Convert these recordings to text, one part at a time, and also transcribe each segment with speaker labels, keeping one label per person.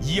Speaker 1: 以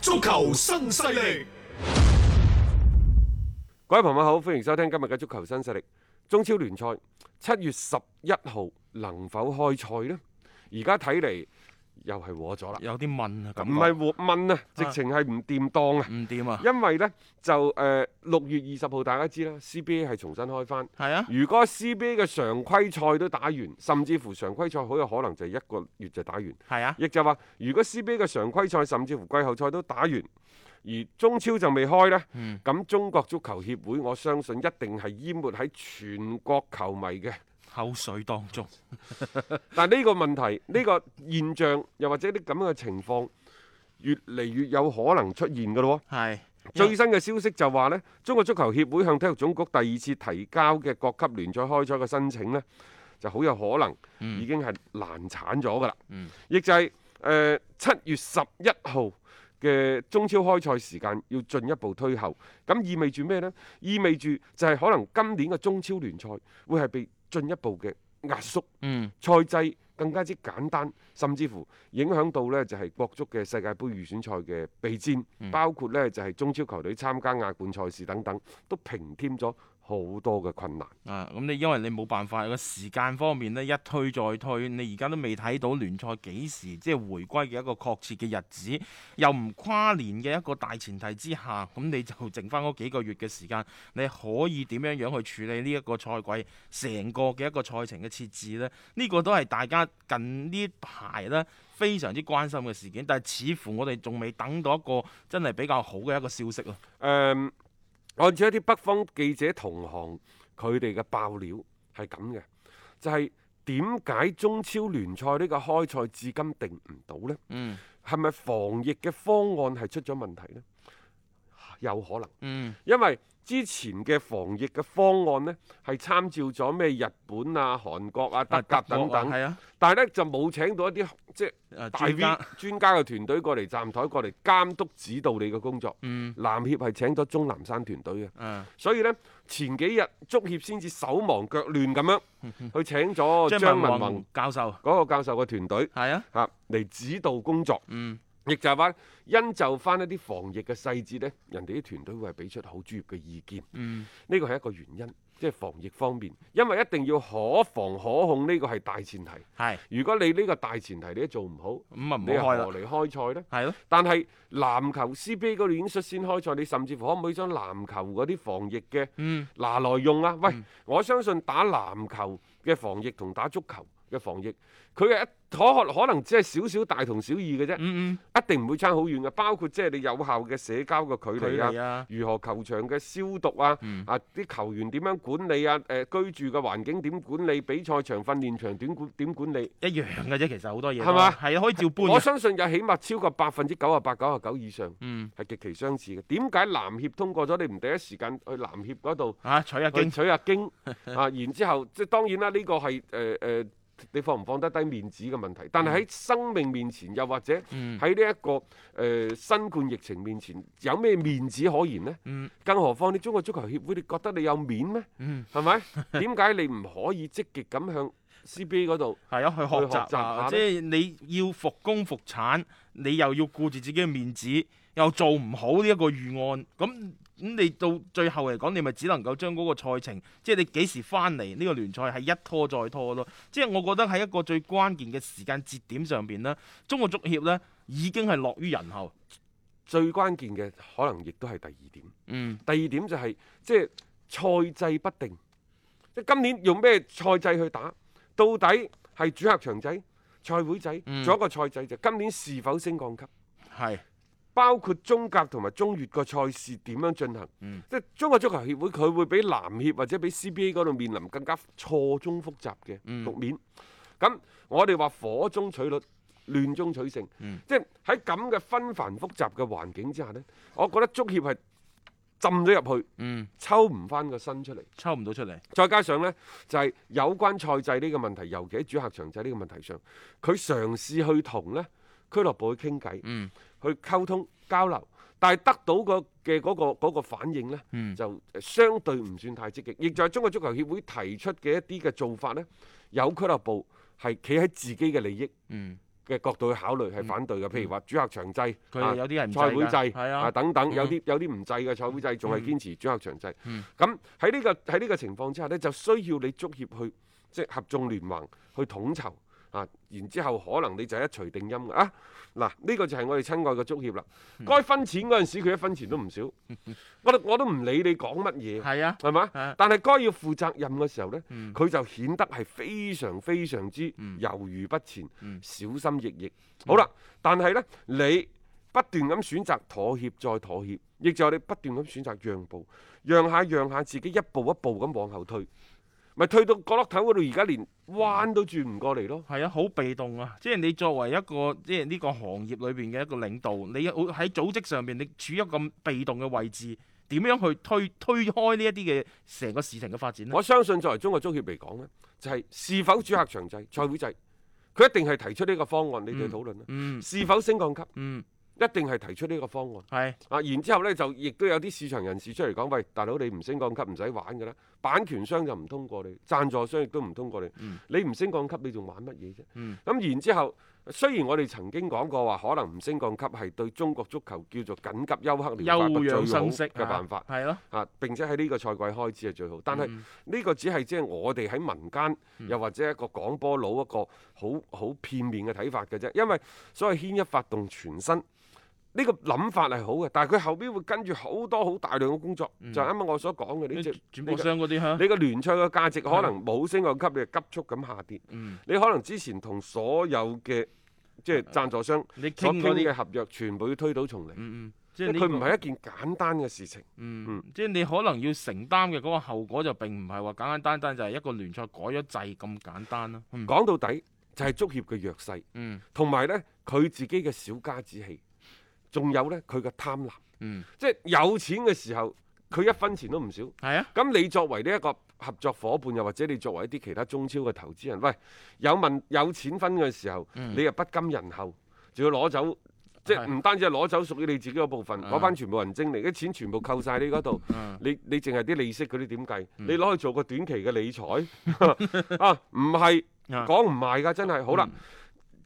Speaker 1: 足球新勢力，
Speaker 2: 各位朋友好，歡迎收聽今日嘅足球新勢力。中超聯賽七月十一號能否開賽呢？而家睇嚟又係和咗啦，
Speaker 3: 有啲問啊，咁
Speaker 2: 唔係和問啊，直情係唔掂當啊！
Speaker 3: 唔掂啊，
Speaker 2: 因為呢，就誒六、月二十號大家知啦，CBA 係重新開翻。
Speaker 3: 係啊，
Speaker 2: 如果 CBA 嘅常規賽都打完，甚至乎常規賽好有可能就係一個月就打完。
Speaker 3: 係啊，
Speaker 2: 亦就話，如果 CBA 嘅常規賽甚至乎季後賽都打完，而中超就未開呢，
Speaker 3: 嗯
Speaker 2: 咁、中國足球協會我相信一定係淹沒喺全國球迷嘅。
Speaker 3: 口水當中，
Speaker 2: 但呢個問題，呢、個現象，又或者啲咁樣嘅情況，越嚟越有可能出現㗎咯喎。
Speaker 3: 係因
Speaker 2: 最
Speaker 3: 為
Speaker 2: 新嘅消息就話呢，中國足球協會向體育總局第二次提交嘅各級聯賽開賽嘅申請呢，就好有可能
Speaker 3: 嗯
Speaker 2: 已經係難產咗㗎啦。亦、就係誒七月十一號嘅中超開賽時間要進一步推後，咁意味住咩呢？意味住就係可能今年嘅中超聯賽會係被進一步嘅壓縮。
Speaker 3: 嗯
Speaker 2: 賽制更加之簡單，甚至乎影響到呢就係國足嘅世界盃預選賽嘅備戰，包括呢就係中超球隊參加亞冠賽事等等，都平添咗好多嘅困難。
Speaker 3: 啊，咁你因為你冇辦法個時間方面呢，一推再推，你而家都未睇到聯賽幾時即係回歸嘅一個確切嘅日子，又唔跨年嘅一個大前提之下，咁你就剩翻嗰幾個月嘅時間，你可以點樣樣去處理呢一個賽季成個嘅一個賽程嘅設置呢？呢、個都係大家近呢排呢非常之關心嘅事件，但係似乎我哋仲未等到一個真係比較好嘅一個消息咯。
Speaker 2: 誒、嗯按照一啲北方記者同行佢哋嘅爆料係咁嘅，就係點解中超聯賽呢個開賽至今定唔到呢？
Speaker 3: 嗯
Speaker 2: 係咪防疫嘅方案係出咗問題呢？有可能。
Speaker 3: 嗯
Speaker 2: 因為之前嘅防疫嘅方案呢，係參照咗咩日本啊、韓國啊、德甲等等，
Speaker 3: 係啊，
Speaker 2: 但係呢，就冇請到一啲即係
Speaker 3: 誒
Speaker 2: 大 V
Speaker 3: 專家
Speaker 2: 專家嘅團隊過嚟站台過嚟監督指導你嘅工作。
Speaker 3: 嗯
Speaker 2: 籃協係請咗鐘南山團隊嘅，
Speaker 3: 誒。
Speaker 2: 所以呢，前幾日足協先至手忙腳亂咁樣去請咗
Speaker 3: 張
Speaker 2: 張
Speaker 3: 嗯文
Speaker 2: 文
Speaker 3: 宏
Speaker 2: 宏
Speaker 3: 教授
Speaker 2: 嗰個教授嘅團隊
Speaker 3: 係啊，
Speaker 2: 嚇嚟指導工作。
Speaker 3: 嗯
Speaker 2: 亦就係話，因就翻一啲防疫嘅細節呢，人哋啲團隊會係俾出好專業嘅意見。
Speaker 3: 嗯，
Speaker 2: 呢個係一個原因，即係防疫方面，因為一定要可防可控，呢個係大前提。
Speaker 3: 係
Speaker 2: 如果你呢個大前提你都做唔好，
Speaker 3: 咁啊唔
Speaker 2: 你又
Speaker 3: 好
Speaker 2: 何
Speaker 3: 開啦，
Speaker 2: 嚟開賽呢？
Speaker 3: 係咯，
Speaker 2: 但係籃球 CBA 嗰度已經率先開賽，你甚至乎可唔可以將籃球嗰啲防疫嘅
Speaker 3: 嗯
Speaker 2: 拿來用啊？喂，我相信打籃球嘅防疫同打足球嘅防疫，佢係一可可能只係少少大同小異嘅啫。
Speaker 3: 嗯
Speaker 2: 一定唔會差好遠嘅，啊包括即係你有效嘅社交嘅
Speaker 3: 嗯，
Speaker 2: 距離
Speaker 3: 距離
Speaker 2: 啊，
Speaker 3: 啊，
Speaker 2: 如何球場嘅消毒啊，
Speaker 3: 嗯
Speaker 2: 啊啲球員點樣管理啊，誒、居住嘅環境點管理，比賽場、訓練場點管點管理，
Speaker 3: 一樣嘅啫，其實好多嘢都
Speaker 2: 係嘛
Speaker 3: 係啊可以照搬
Speaker 2: 我
Speaker 3: 嘅，
Speaker 2: 相信有起碼超過百分之九啊八、九啊九以上
Speaker 3: 嗯
Speaker 2: 係極其相似嘅。點解籃協通過咗，你唔第一時間去籃協嗰度
Speaker 3: 啊取下
Speaker 2: 去
Speaker 3: 經
Speaker 2: 取下經 啊？然之後即係當然啦，呢、個係誒誒，你放唔放得低面子嘅問題，但係喺生命面前，又或者。
Speaker 3: 嗯
Speaker 2: 喺呢一個誒、呃新冠疫情面前，有咩面子可言呢？
Speaker 3: 嗯
Speaker 2: 更何況你中國足球協會，你覺得你有面咩？
Speaker 3: 嗯
Speaker 2: 係咪？點解你唔可以積極咁向 CBA 嗰度？
Speaker 3: 係啊去學
Speaker 2: 去學習
Speaker 3: 習
Speaker 2: 下
Speaker 3: 啊，
Speaker 2: 呢
Speaker 3: 即係你要復工復產，你又要顧住自己嘅面子，又做唔好呢一個預案，咁咁你到最後嚟講，你咪只能夠將嗰個賽程，即係你幾時翻嚟呢個聯賽係一拖再拖咯。即係我覺得喺一個最關鍵嘅時間節點上邊呢，中國足協呢已經係落於人後。
Speaker 2: 最關鍵嘅可能亦都係第二點。
Speaker 3: 嗯
Speaker 2: 第二點就係、即係賽制不定，即係今年用咩賽制去打，到底係主客場制、賽會制，仲
Speaker 3: 嗯
Speaker 2: 有一個賽制就今年是否升降級，
Speaker 3: 係
Speaker 2: 包括中甲同埋中乙個賽事點樣進行，
Speaker 3: 嗯
Speaker 2: 即係中國足球協會佢會比籃協或者比 CBA 嗰度面臨更加錯綜複雜嘅
Speaker 3: 嗯
Speaker 2: 局面。咁、我哋話火中取栗。亂中取勝，
Speaker 3: 嗯
Speaker 2: 即係喺咁嘅紛繁複雜嘅環境之下呢，我覺得足協係浸咗入去，
Speaker 3: 嗯
Speaker 2: 抽唔翻個身出嚟。
Speaker 3: 抽唔到出嚟，
Speaker 2: 再加上呢，就係、有關賽制呢個問題，尤其喺主客場制呢個問題上，佢嘗試去同呢俱樂部去傾偈，
Speaker 3: 嗯
Speaker 2: 去溝通交流，但係得到個嘅嗰個嗰個反應呢，
Speaker 3: 嗯
Speaker 2: 就相對唔算太積極。亦就係中國足球協會提出嘅一啲嘅做法呢，有俱樂部係企喺自己嘅利益。
Speaker 3: 嗯，
Speaker 2: 嘅角度去考慮係反對嘅，譬如話主客場制，
Speaker 3: 佢
Speaker 2: 啊
Speaker 3: 有啲人唔制
Speaker 2: 賽會
Speaker 3: 㗎
Speaker 2: 制
Speaker 3: 係啊
Speaker 2: 等等，
Speaker 3: 嗯
Speaker 2: 有啲有啲唔制嘅賽會制，仲係
Speaker 3: 嗯
Speaker 2: 堅持主客場制
Speaker 3: 嗯。
Speaker 2: 咁喺呢個喺呢個情況之下呢，就需要你足協去即係合眾聯盟去統籌啊，然之後可能你就一錘定音㗎啊！嗱，呢個就係我哋親愛嘅足協啦。
Speaker 3: 嗯
Speaker 2: 該分錢嗰陣時，佢一分錢都唔 少，我都我都唔理你講乜嘢。
Speaker 3: 係啊，
Speaker 2: 係嘛
Speaker 3: 啊？
Speaker 2: 但係該要負責任嘅時候呢，
Speaker 3: 嗯
Speaker 2: 佢就顯得係非常非常之
Speaker 3: 嗯
Speaker 2: 猶豫不前、
Speaker 3: 嗯
Speaker 2: 小心翼翼。好啦，但係呢，你不斷咁選擇妥協再妥協，亦就係你不斷咁選擇讓步，讓下讓下，自己一步一步咁往後退，咪退到角落頭嗰度，而家連彎都轉唔過嚟咯。
Speaker 3: 係啊，好被動啊！即係你作為一個即係呢個行業裏邊嘅一個領導，你好喺組織上邊，你處於一個咁被動嘅位置，點樣去推推開呢一啲嘅成個事情嘅發展呢？
Speaker 2: 我相信作為中國足協嚟講呢就係、是否主客場制、賽會制，佢一定係提出呢個方案，你哋討論啦。
Speaker 3: 嗯
Speaker 2: 是否升降級，
Speaker 3: 嗯，
Speaker 2: 一定係提出呢個方案。
Speaker 3: 係
Speaker 2: 啊，然之後呢，就亦都有啲市場人士出嚟講，喂，大佬你唔升降級唔使玩㗎啦，版權商就唔通過你，贊助商亦都唔通過你，
Speaker 3: 嗯
Speaker 2: 你唔升降級你仲玩乜嘢啫？咁、
Speaker 3: 嗯
Speaker 2: 然之後，雖然我哋曾經講過話，可能唔升降級係對中國足球叫做緊急休克療法
Speaker 3: 休
Speaker 2: 嘅
Speaker 3: 養
Speaker 2: 最好
Speaker 3: 生息
Speaker 2: 嘅辦法
Speaker 3: 啊，係咯，
Speaker 2: 啊，並且喺呢個賽季開始係最好，但係
Speaker 3: 嗯
Speaker 2: 呢個只係即係我哋喺民間，
Speaker 3: 嗯
Speaker 2: 又或者一個廣播佬一個好好片面嘅睇法嘅啫。因為所謂牽一發動全身，呢、個諗法係好嘅，但係佢後邊會跟住好多好大量嘅工作，
Speaker 3: 嗯
Speaker 2: 就係啱啱我所講嘅呢
Speaker 3: 啲
Speaker 2: 隻
Speaker 3: 轉播商嗰啊啲嚇，
Speaker 2: 你個聯賽嘅價值可能冇升降級，你就急速咁下跌。
Speaker 3: 嗯，啊
Speaker 2: 你可能之前同所有嘅即係贊助商
Speaker 3: 你
Speaker 2: 所
Speaker 3: 傾
Speaker 2: 傾
Speaker 3: 嗰
Speaker 2: 嘅
Speaker 3: 啲，
Speaker 2: 合約，全部要推倒重嚟。
Speaker 3: 嗯嗯，即
Speaker 2: 因為
Speaker 3: 係呢
Speaker 2: 佢
Speaker 3: 個
Speaker 2: 唔係一件簡單嘅事情。
Speaker 3: 嗯
Speaker 2: 嗯，
Speaker 3: 即係你可能要承擔嘅嗰個後果就並唔係話簡簡單單就係一個聯賽改咗制咁簡單啦。嗯
Speaker 2: 講到底就係足協嘅弱勢。
Speaker 3: 嗯
Speaker 2: 同埋呢，佢自己嘅小家子氣，仲有呢，佢嘅貪婪，
Speaker 3: 嗯，
Speaker 2: 即係有錢嘅時候，佢一分錢都唔少。
Speaker 3: 係啊，
Speaker 2: 咁你作為呢一個合作伙伴，又或者你作為一啲其他中超嘅投資人，喂，有問有錢分嘅時候，
Speaker 3: 嗯
Speaker 2: 你又不甘人後，仲要攞走。即係
Speaker 3: 係
Speaker 2: 唔單止係攞走屬於你自己嗰部分，
Speaker 3: 啊
Speaker 2: 嗰班全部人精嚟，啲錢全部扣晒你嗰度，
Speaker 3: 嗯
Speaker 2: 你你淨係啲利息嗰啲點計？你攞去做個短期嘅理 財啊？唔係
Speaker 3: 啊嗯
Speaker 2: 講唔埋㗎，真係好啦。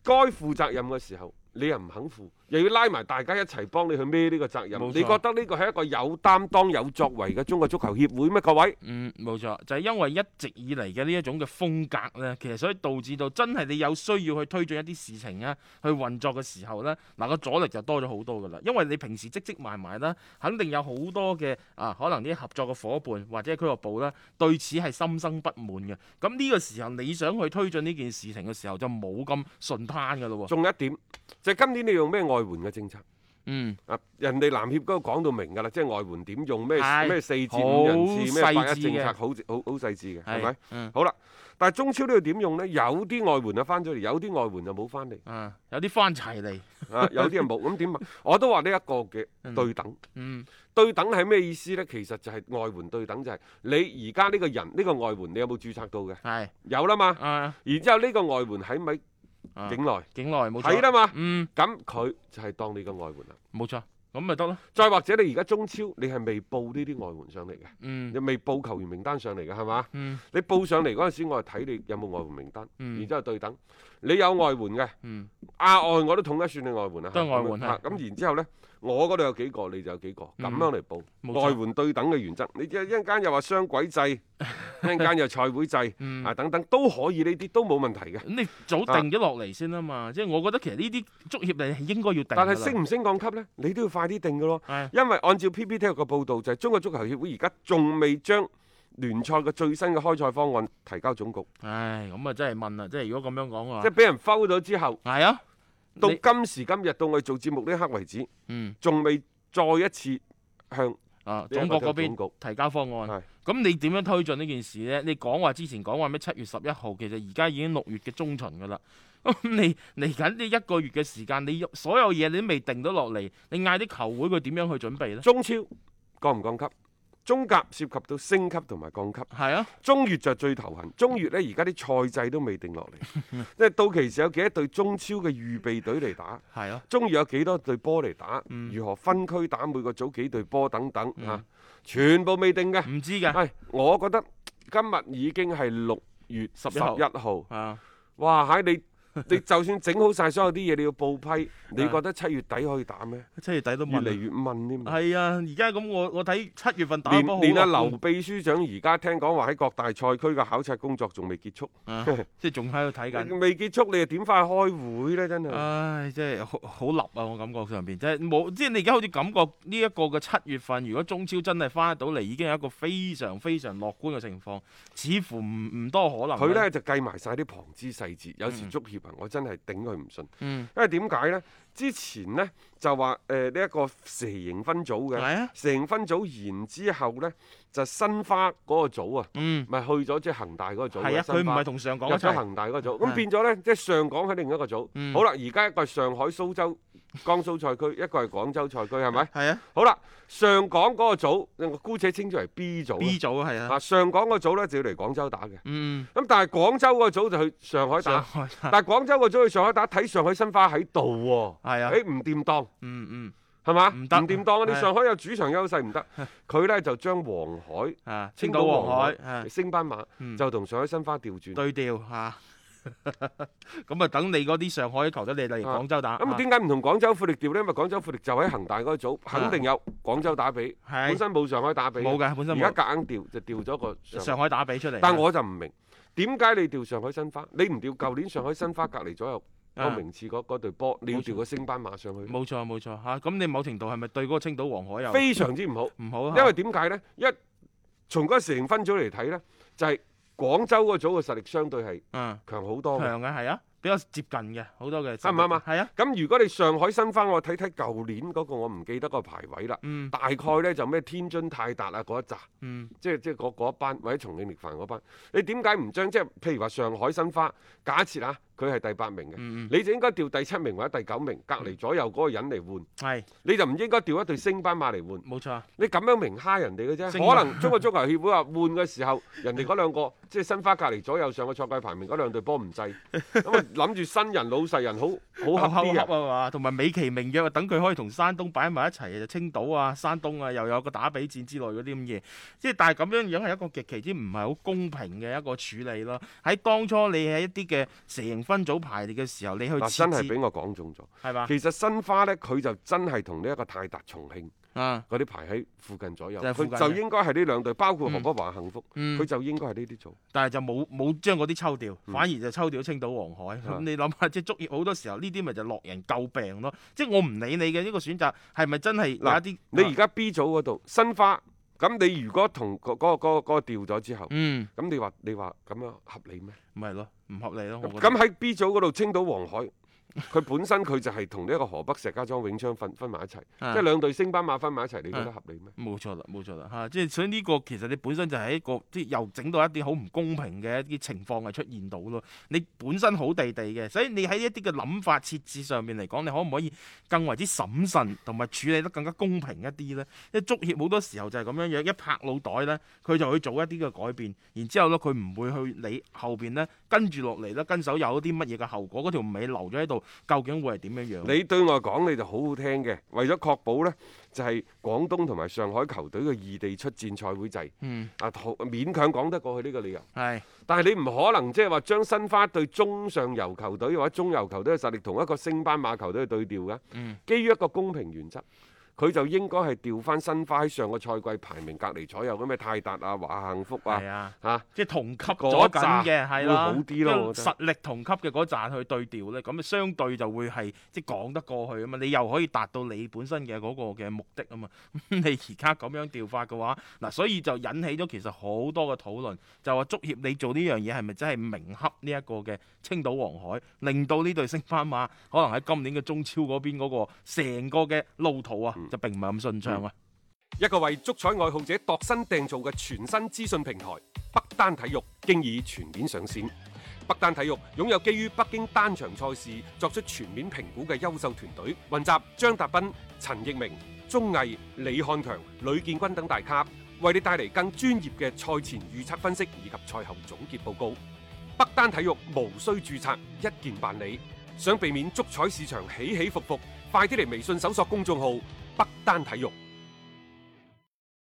Speaker 2: 該負責任嘅時候，你又唔肯負，又要拉埋大家一齊幫你去孭呢個責任。
Speaker 3: 冇錯
Speaker 2: 你覺得呢個係一個有擔當、有作為嘅中國足球協會咩？各位，
Speaker 3: 嗯，冇錯，就係、因為一直以嚟嘅呢一種嘅風格呢，其實所以導致到真係你有需要去推進一啲事情啊，去運作嘅時候呢，嗱、個阻力就多咗好多噶啦。因為你平時積積埋埋啦，肯定有好多嘅啊，可能啲合作嘅伙伴或者俱樂部啦，對此係心生不滿嘅。咁呢個時候你想去推進呢件事情嘅時候，就冇咁順攤噶咯喎。
Speaker 2: 仲有一點就係、今年你用咩外援嘅政策
Speaker 3: 嗯，
Speaker 2: 啊？人哋籃協嗰度講到明㗎啦，即係外援點用咩
Speaker 3: 係
Speaker 2: 咩四至
Speaker 3: 好
Speaker 2: 五人次咩
Speaker 3: 細
Speaker 2: 八一
Speaker 3: 緻
Speaker 2: 政
Speaker 3: 嘅
Speaker 2: 策，好好好細緻嘅，係咪？
Speaker 3: 嗯
Speaker 2: 好啦，但係中超呢度點用呢？有啲外援啊翻咗嚟，有啲外援就冇翻嚟
Speaker 3: 啊，有啲翻齊嚟。
Speaker 2: 啊，有啲啊冇，咁點啊？我都話呢一個嘅對等。
Speaker 3: 嗯
Speaker 2: 對等係咩意思呢？其實就係外援對等，就係、你而家呢個人呢、個外援，你有冇註冊到嘅？
Speaker 3: 係
Speaker 2: 有啦嘛。
Speaker 3: 啊，
Speaker 2: 然之後呢個外援喺咪
Speaker 3: 啊
Speaker 2: 境內
Speaker 3: 境內冇
Speaker 2: 睇
Speaker 3: 錯。
Speaker 2: 啦嘛，
Speaker 3: 嗯，
Speaker 2: 咁佢就係當你嘅外援啦。
Speaker 3: 冇錯，咁咪得咯。
Speaker 2: 再或者你而家中超，你係未報呢啲外援上嚟嘅，
Speaker 3: 嗯
Speaker 2: 你。未報球員名單上嚟嘅係嘛？
Speaker 3: 嗯
Speaker 2: 你報上嚟嗰陣時，我係睇你有冇外援名單，
Speaker 3: 嗯
Speaker 2: 然之後對等。你有外援嘅，
Speaker 3: 嗯
Speaker 2: 亞外我都統一算你外援啦，
Speaker 3: 都係外援
Speaker 2: 嚇
Speaker 3: 係
Speaker 2: 咁然之後呢，我嗰度有幾個，你就有幾個，咁
Speaker 3: 嗯
Speaker 2: 樣嚟報
Speaker 3: 冇錯
Speaker 2: 外援對等嘅原則。你一陣間又話雙軌 制，一陣間又賽會制
Speaker 3: 嗯
Speaker 2: 啊等等都可以，呢啲都冇問題嘅。
Speaker 3: 咁你早定咗落嚟先啊嘛，即係我覺得其實呢啲足協你係應該要定㗎啦。
Speaker 2: 但係升唔升降級呢？你都要快啲定嘅咯。
Speaker 3: 係
Speaker 2: 因為按照 PP 體育嘅報導，就係、中國足球協會而家仲未將聯賽嘅最新嘅開賽方案提交總局，
Speaker 3: 唉，咁啊真係問啦，即係如果咁樣講啊
Speaker 2: 即係，俾人摟咗之後，
Speaker 3: 係啊，
Speaker 2: 到
Speaker 3: 你
Speaker 2: 今時今日到我哋做節目呢一刻為止，
Speaker 3: 嗯
Speaker 2: 仲未再一次向
Speaker 3: 啊
Speaker 2: 呢
Speaker 3: 總
Speaker 2: 一
Speaker 3: 局
Speaker 2: 個
Speaker 3: 嗰邊
Speaker 2: 總局
Speaker 3: 提交方
Speaker 2: 係
Speaker 3: 案，咁你點樣推進呢件事呢？你講話之前講話咩七月十一號，其實而家已經六月嘅中旬㗎啦。 咁你嚟緊呢一個月嘅時間，你所有嘢你都未定到落嚟，你嗌啲球會佢點樣去準備呢？
Speaker 2: 中超降唔降級？中甲涉及到升級同埋降級，
Speaker 3: 係啊，
Speaker 2: 中乙就最頭痕。中乙呢，而家啲賽制都未定落嚟， 即係到期時有幾多隊中超嘅預備隊嚟打？
Speaker 3: 係啊，
Speaker 2: 中意有幾多隊波嚟打，
Speaker 3: 嗯
Speaker 2: 如何分區打每個組幾隊波等等嚇、
Speaker 3: 嗯
Speaker 2: 啊全部未定嘅。
Speaker 3: 唔知
Speaker 2: 係、
Speaker 3: 㗎，
Speaker 2: 我覺得今日已經係六月十
Speaker 3: 11號
Speaker 2: 一號，
Speaker 3: 啊，
Speaker 2: 哇！喺 你你就算整好晒所有啲嘢，你要報批，你
Speaker 3: 啊
Speaker 2: 覺得七月底可以打咩？
Speaker 3: 七月底都
Speaker 2: 越
Speaker 3: 問
Speaker 2: 嚟
Speaker 3: 啊。
Speaker 2: 越問添。
Speaker 3: 係啊，而家咁我我睇七月份打波
Speaker 2: 連
Speaker 3: 好啊
Speaker 2: 連阿
Speaker 3: 樂
Speaker 2: 劉
Speaker 3: 觀
Speaker 2: 秘書長而家聽講話喺各大賽區嘅考察工作仲未結束，
Speaker 3: 啊即係仲喺度睇緊。
Speaker 2: 未結束你又點翻去開會呢？真係。
Speaker 3: 唉，即啊係好好立啊！我感覺上邊即係冇，即係你而家好似感覺呢一個嘅七月份，如果中超真係翻得到嚟，已經係一個非常非常樂觀嘅情況，似乎唔唔多可能。啊
Speaker 2: 佢呢就計埋晒啲旁枝細節，有時
Speaker 3: 嗯
Speaker 2: 足協啊，我真係頂佢唔順。
Speaker 3: 嗯，
Speaker 2: 因為點解呢？之前呢，就話誒呢一個蛇形分組嘅，
Speaker 3: 係啊，
Speaker 2: 蛇形分組然之後呢，就申花嗰個組啊，
Speaker 3: 嗯，
Speaker 2: 咪去咗即係恒大嗰個組嘅
Speaker 3: 係啊，佢
Speaker 2: 申
Speaker 3: 唔
Speaker 2: 花
Speaker 3: 係同上港一
Speaker 2: 入咗
Speaker 3: 齊，
Speaker 2: 恒大嗰個組，
Speaker 3: 係
Speaker 2: 咁變咗呢，即係上港喺另一個組。
Speaker 3: 嗯
Speaker 2: 好啦，而家一個係上海蘇州江蘇賽區，一個係廣州賽區，係咪？
Speaker 3: 係啊
Speaker 2: 好啦，上港嗰個組，我姑且稱之為 B 組啊
Speaker 3: B 組啊，係啊，
Speaker 2: 啊，上港個組呢，就要嚟廣州打嘅，
Speaker 3: 嗯，
Speaker 2: 咁但係廣州個組就去上海
Speaker 3: 上
Speaker 2: 打。
Speaker 3: 海
Speaker 2: 但係廣州個組去上海打，睇上海申花喺度喎。
Speaker 3: 係啊，
Speaker 2: 誒唔掂當
Speaker 3: 嗯嗯
Speaker 2: 係嘛？
Speaker 3: 唔得
Speaker 2: 唔掂當啊！你
Speaker 3: 係
Speaker 2: 上海有主場優勢唔得，佢呢就將黃海、
Speaker 3: 啊，
Speaker 2: 青
Speaker 3: 青
Speaker 2: 島
Speaker 3: 島
Speaker 2: 黃
Speaker 3: 黃
Speaker 2: 海
Speaker 3: 海啊，
Speaker 2: 升班馬
Speaker 3: 嗯
Speaker 2: 就同上海申花調轉。
Speaker 3: 對調嚇， 咁啊等你嗰啲上海嘅球隊你嚟
Speaker 2: 啊
Speaker 3: 廣州打，
Speaker 2: 咁
Speaker 3: 啊
Speaker 2: 點解唔同廣州富力調呢？因為廣州富力就喺恒大嗰個組，肯定有廣州打比，
Speaker 3: 係
Speaker 2: 本身冇上海打比。
Speaker 3: 冇㗎，本身
Speaker 2: 而家
Speaker 3: 冇
Speaker 2: 夾硬調就調咗個上
Speaker 3: 上海打比出嚟，
Speaker 2: 但我就唔明點解你調上海申花，你唔調舊年上海申花隔離左右
Speaker 3: 啊
Speaker 2: 嗰個名次嗰嗰隊波，你要
Speaker 3: 冇錯
Speaker 2: 調個升班馬上去，
Speaker 3: 冇錯冇錯嚇，咁、你某程度係咪對嗰個青島黃海又
Speaker 2: 非常之唔好。
Speaker 3: 唔好啊？
Speaker 2: 因為點解呢？一從嗰個成分組嚟睇呢，就係、廣州嗰組嘅實力相對係
Speaker 3: 嗯
Speaker 2: 強好多嘅。
Speaker 3: 強嘅係啊，比較接近嘅好多嘅
Speaker 2: 啱唔啱啊？
Speaker 3: 係啊，
Speaker 2: 咁如果你上海申花，我睇睇舊年嗰個我唔記得個排位啦，
Speaker 3: 嗯
Speaker 2: 大概呢就咩天津泰達啊嗰一紮，
Speaker 3: 嗯
Speaker 2: 即係即係嗰嗰一班或者重慶力帆嗰班，你點解唔將即係譬如話上海申花，假設啊佢係第八名嘅，
Speaker 3: 嗯嗯，
Speaker 2: 你就應該調第七名或者第九名隔離左右嗰個人嚟換，
Speaker 3: 係
Speaker 2: 你就唔應該調一隊升班馬嚟換。
Speaker 3: 冇錯，
Speaker 2: 你咁樣明蝦人哋嘅啫，
Speaker 3: 正啊
Speaker 2: 可能中國 足球協會話換嘅時候，人哋嗰兩個即係申花隔離左右上個賽季排名嗰兩隊波唔制，咁啊諗住新人老實人好好恰
Speaker 3: 口
Speaker 2: 啲
Speaker 3: 口
Speaker 2: 嘅，
Speaker 3: 啊嘛，同埋美其名曰等佢可以同山東擺埋一齊，就青島啊、山東啊，又有個打比戰之類嗰啲咁嘢，即係但係咁樣樣係一個極其之唔係好公平嘅一個處理咯。喺當初你喺一啲嘅蛇形分組排列嘅時候，你去
Speaker 2: 嗱真
Speaker 3: 設
Speaker 2: 係
Speaker 3: 置啊
Speaker 2: 俾我講中咗。
Speaker 3: 係嘛？
Speaker 2: 其實申花呢，佢就真係同呢一個泰達重慶
Speaker 3: 啊，
Speaker 2: 嗰啲排喺附近左右，
Speaker 3: 就係附
Speaker 2: 佢
Speaker 3: 近
Speaker 2: 就
Speaker 3: 嘅
Speaker 2: 應該係呢兩隊，包括河北華夏幸福，
Speaker 3: 嗯啊
Speaker 2: 佢就應該係呢啲組。
Speaker 3: 但係就冇冇將嗰啲抽掉，
Speaker 2: 嗯
Speaker 3: 反而就抽掉青島黃海。咁、
Speaker 2: 啊
Speaker 3: 你諗下，即係足協好多時候呢啲咪就落人救病咯。即係我唔理你嘅呢、個選擇係咪真係有一
Speaker 2: 嗱
Speaker 3: 啲啊
Speaker 2: 你而家 B 組嗰度申花，咁你如果同嗰嗰個嗰個嗰個調咗之後，
Speaker 3: 嗯
Speaker 2: 咁你話你話咁樣合理咩？
Speaker 3: 咪係咯，唔合理咯。我覺得
Speaker 2: 咁喺 B 組嗰度，青島黃海，佢本身佢就係同呢一個河北石家莊永昌分分埋一齊，
Speaker 3: 啊
Speaker 2: 即係兩隊升班馬分埋一齊，你覺得合理咩？
Speaker 3: 冇錯啦，冇錯啦嚇，即係所以呢個其實你本身就係一個即係又整到一啲好唔公平嘅一啲情況係出現到咯。你本身好地地嘅，所以你喺一啲嘅諗法設置上面嚟講，你可唔可以更為之審慎，同埋處理得更加公平一啲呢？因為足協好多時候就係咁樣樣，一拍腦袋呢，佢就去做一啲嘅改變，然之後呢，佢唔會去理後邊呢，跟住落嚟呢，跟手有啲乜嘢嘅後果，嗰條尾留咗喺度，究竟會係點樣樣？
Speaker 2: 你對我講你就好好聽嘅，為咗確保呢，就係、廣東同埋上海球隊嘅異地出戰賽會制，
Speaker 3: 嗯
Speaker 2: 啊好勉強講得過去呢個理由。
Speaker 3: 係
Speaker 2: 但係你唔可能即係話將申花對中上游球隊或者中游球隊嘅實力同一個升班馬球隊去對調㗎。
Speaker 3: 嗯
Speaker 2: 基於一個公平原則，佢就應該係調翻申花喺上個賽季排名隔離左右咁嘅泰達啊、華夏幸福啊
Speaker 3: 係啊。
Speaker 2: 嚇。
Speaker 3: 即係同級
Speaker 2: 嗰
Speaker 3: 咗
Speaker 2: 扎
Speaker 3: 緊嘅，係啦，
Speaker 2: 會好啲咯
Speaker 3: 因為
Speaker 2: 我覺得
Speaker 3: 實力同級嘅嗰扎去對調咧，咁啊相對就會係即係講得過去啊嘛，你又可以達到你本身嘅嗰個嘅目的啊嘛。 你而家咁樣調法嘅話，嗱，所以就引起咗其實好多嘅討論，就話足協你做呢樣嘢係咪真係明恰呢一個嘅青島黃海，令到呢隊升班馬可能喺今年嘅中超嗰邊嗰、個成個嘅路途啊，
Speaker 2: 嗯
Speaker 3: 就並唔係咁順暢啊。
Speaker 2: 一個為足彩愛好者度身訂造嘅全新資訊平台北單體育，經已全面上線。北單體育擁有基於北京單場賽事作出全面評估嘅優秀團隊，雲集張達斌、陳奕明、鐘毅、李漢強、呂建軍等大咖，為你帶嚟更專業嘅賽前預測分析以及賽後總結報告。北單體育無需註冊，一鍵辦理。想避免足彩市場起起伏伏，快啲嚟微信搜索公眾號北單體育。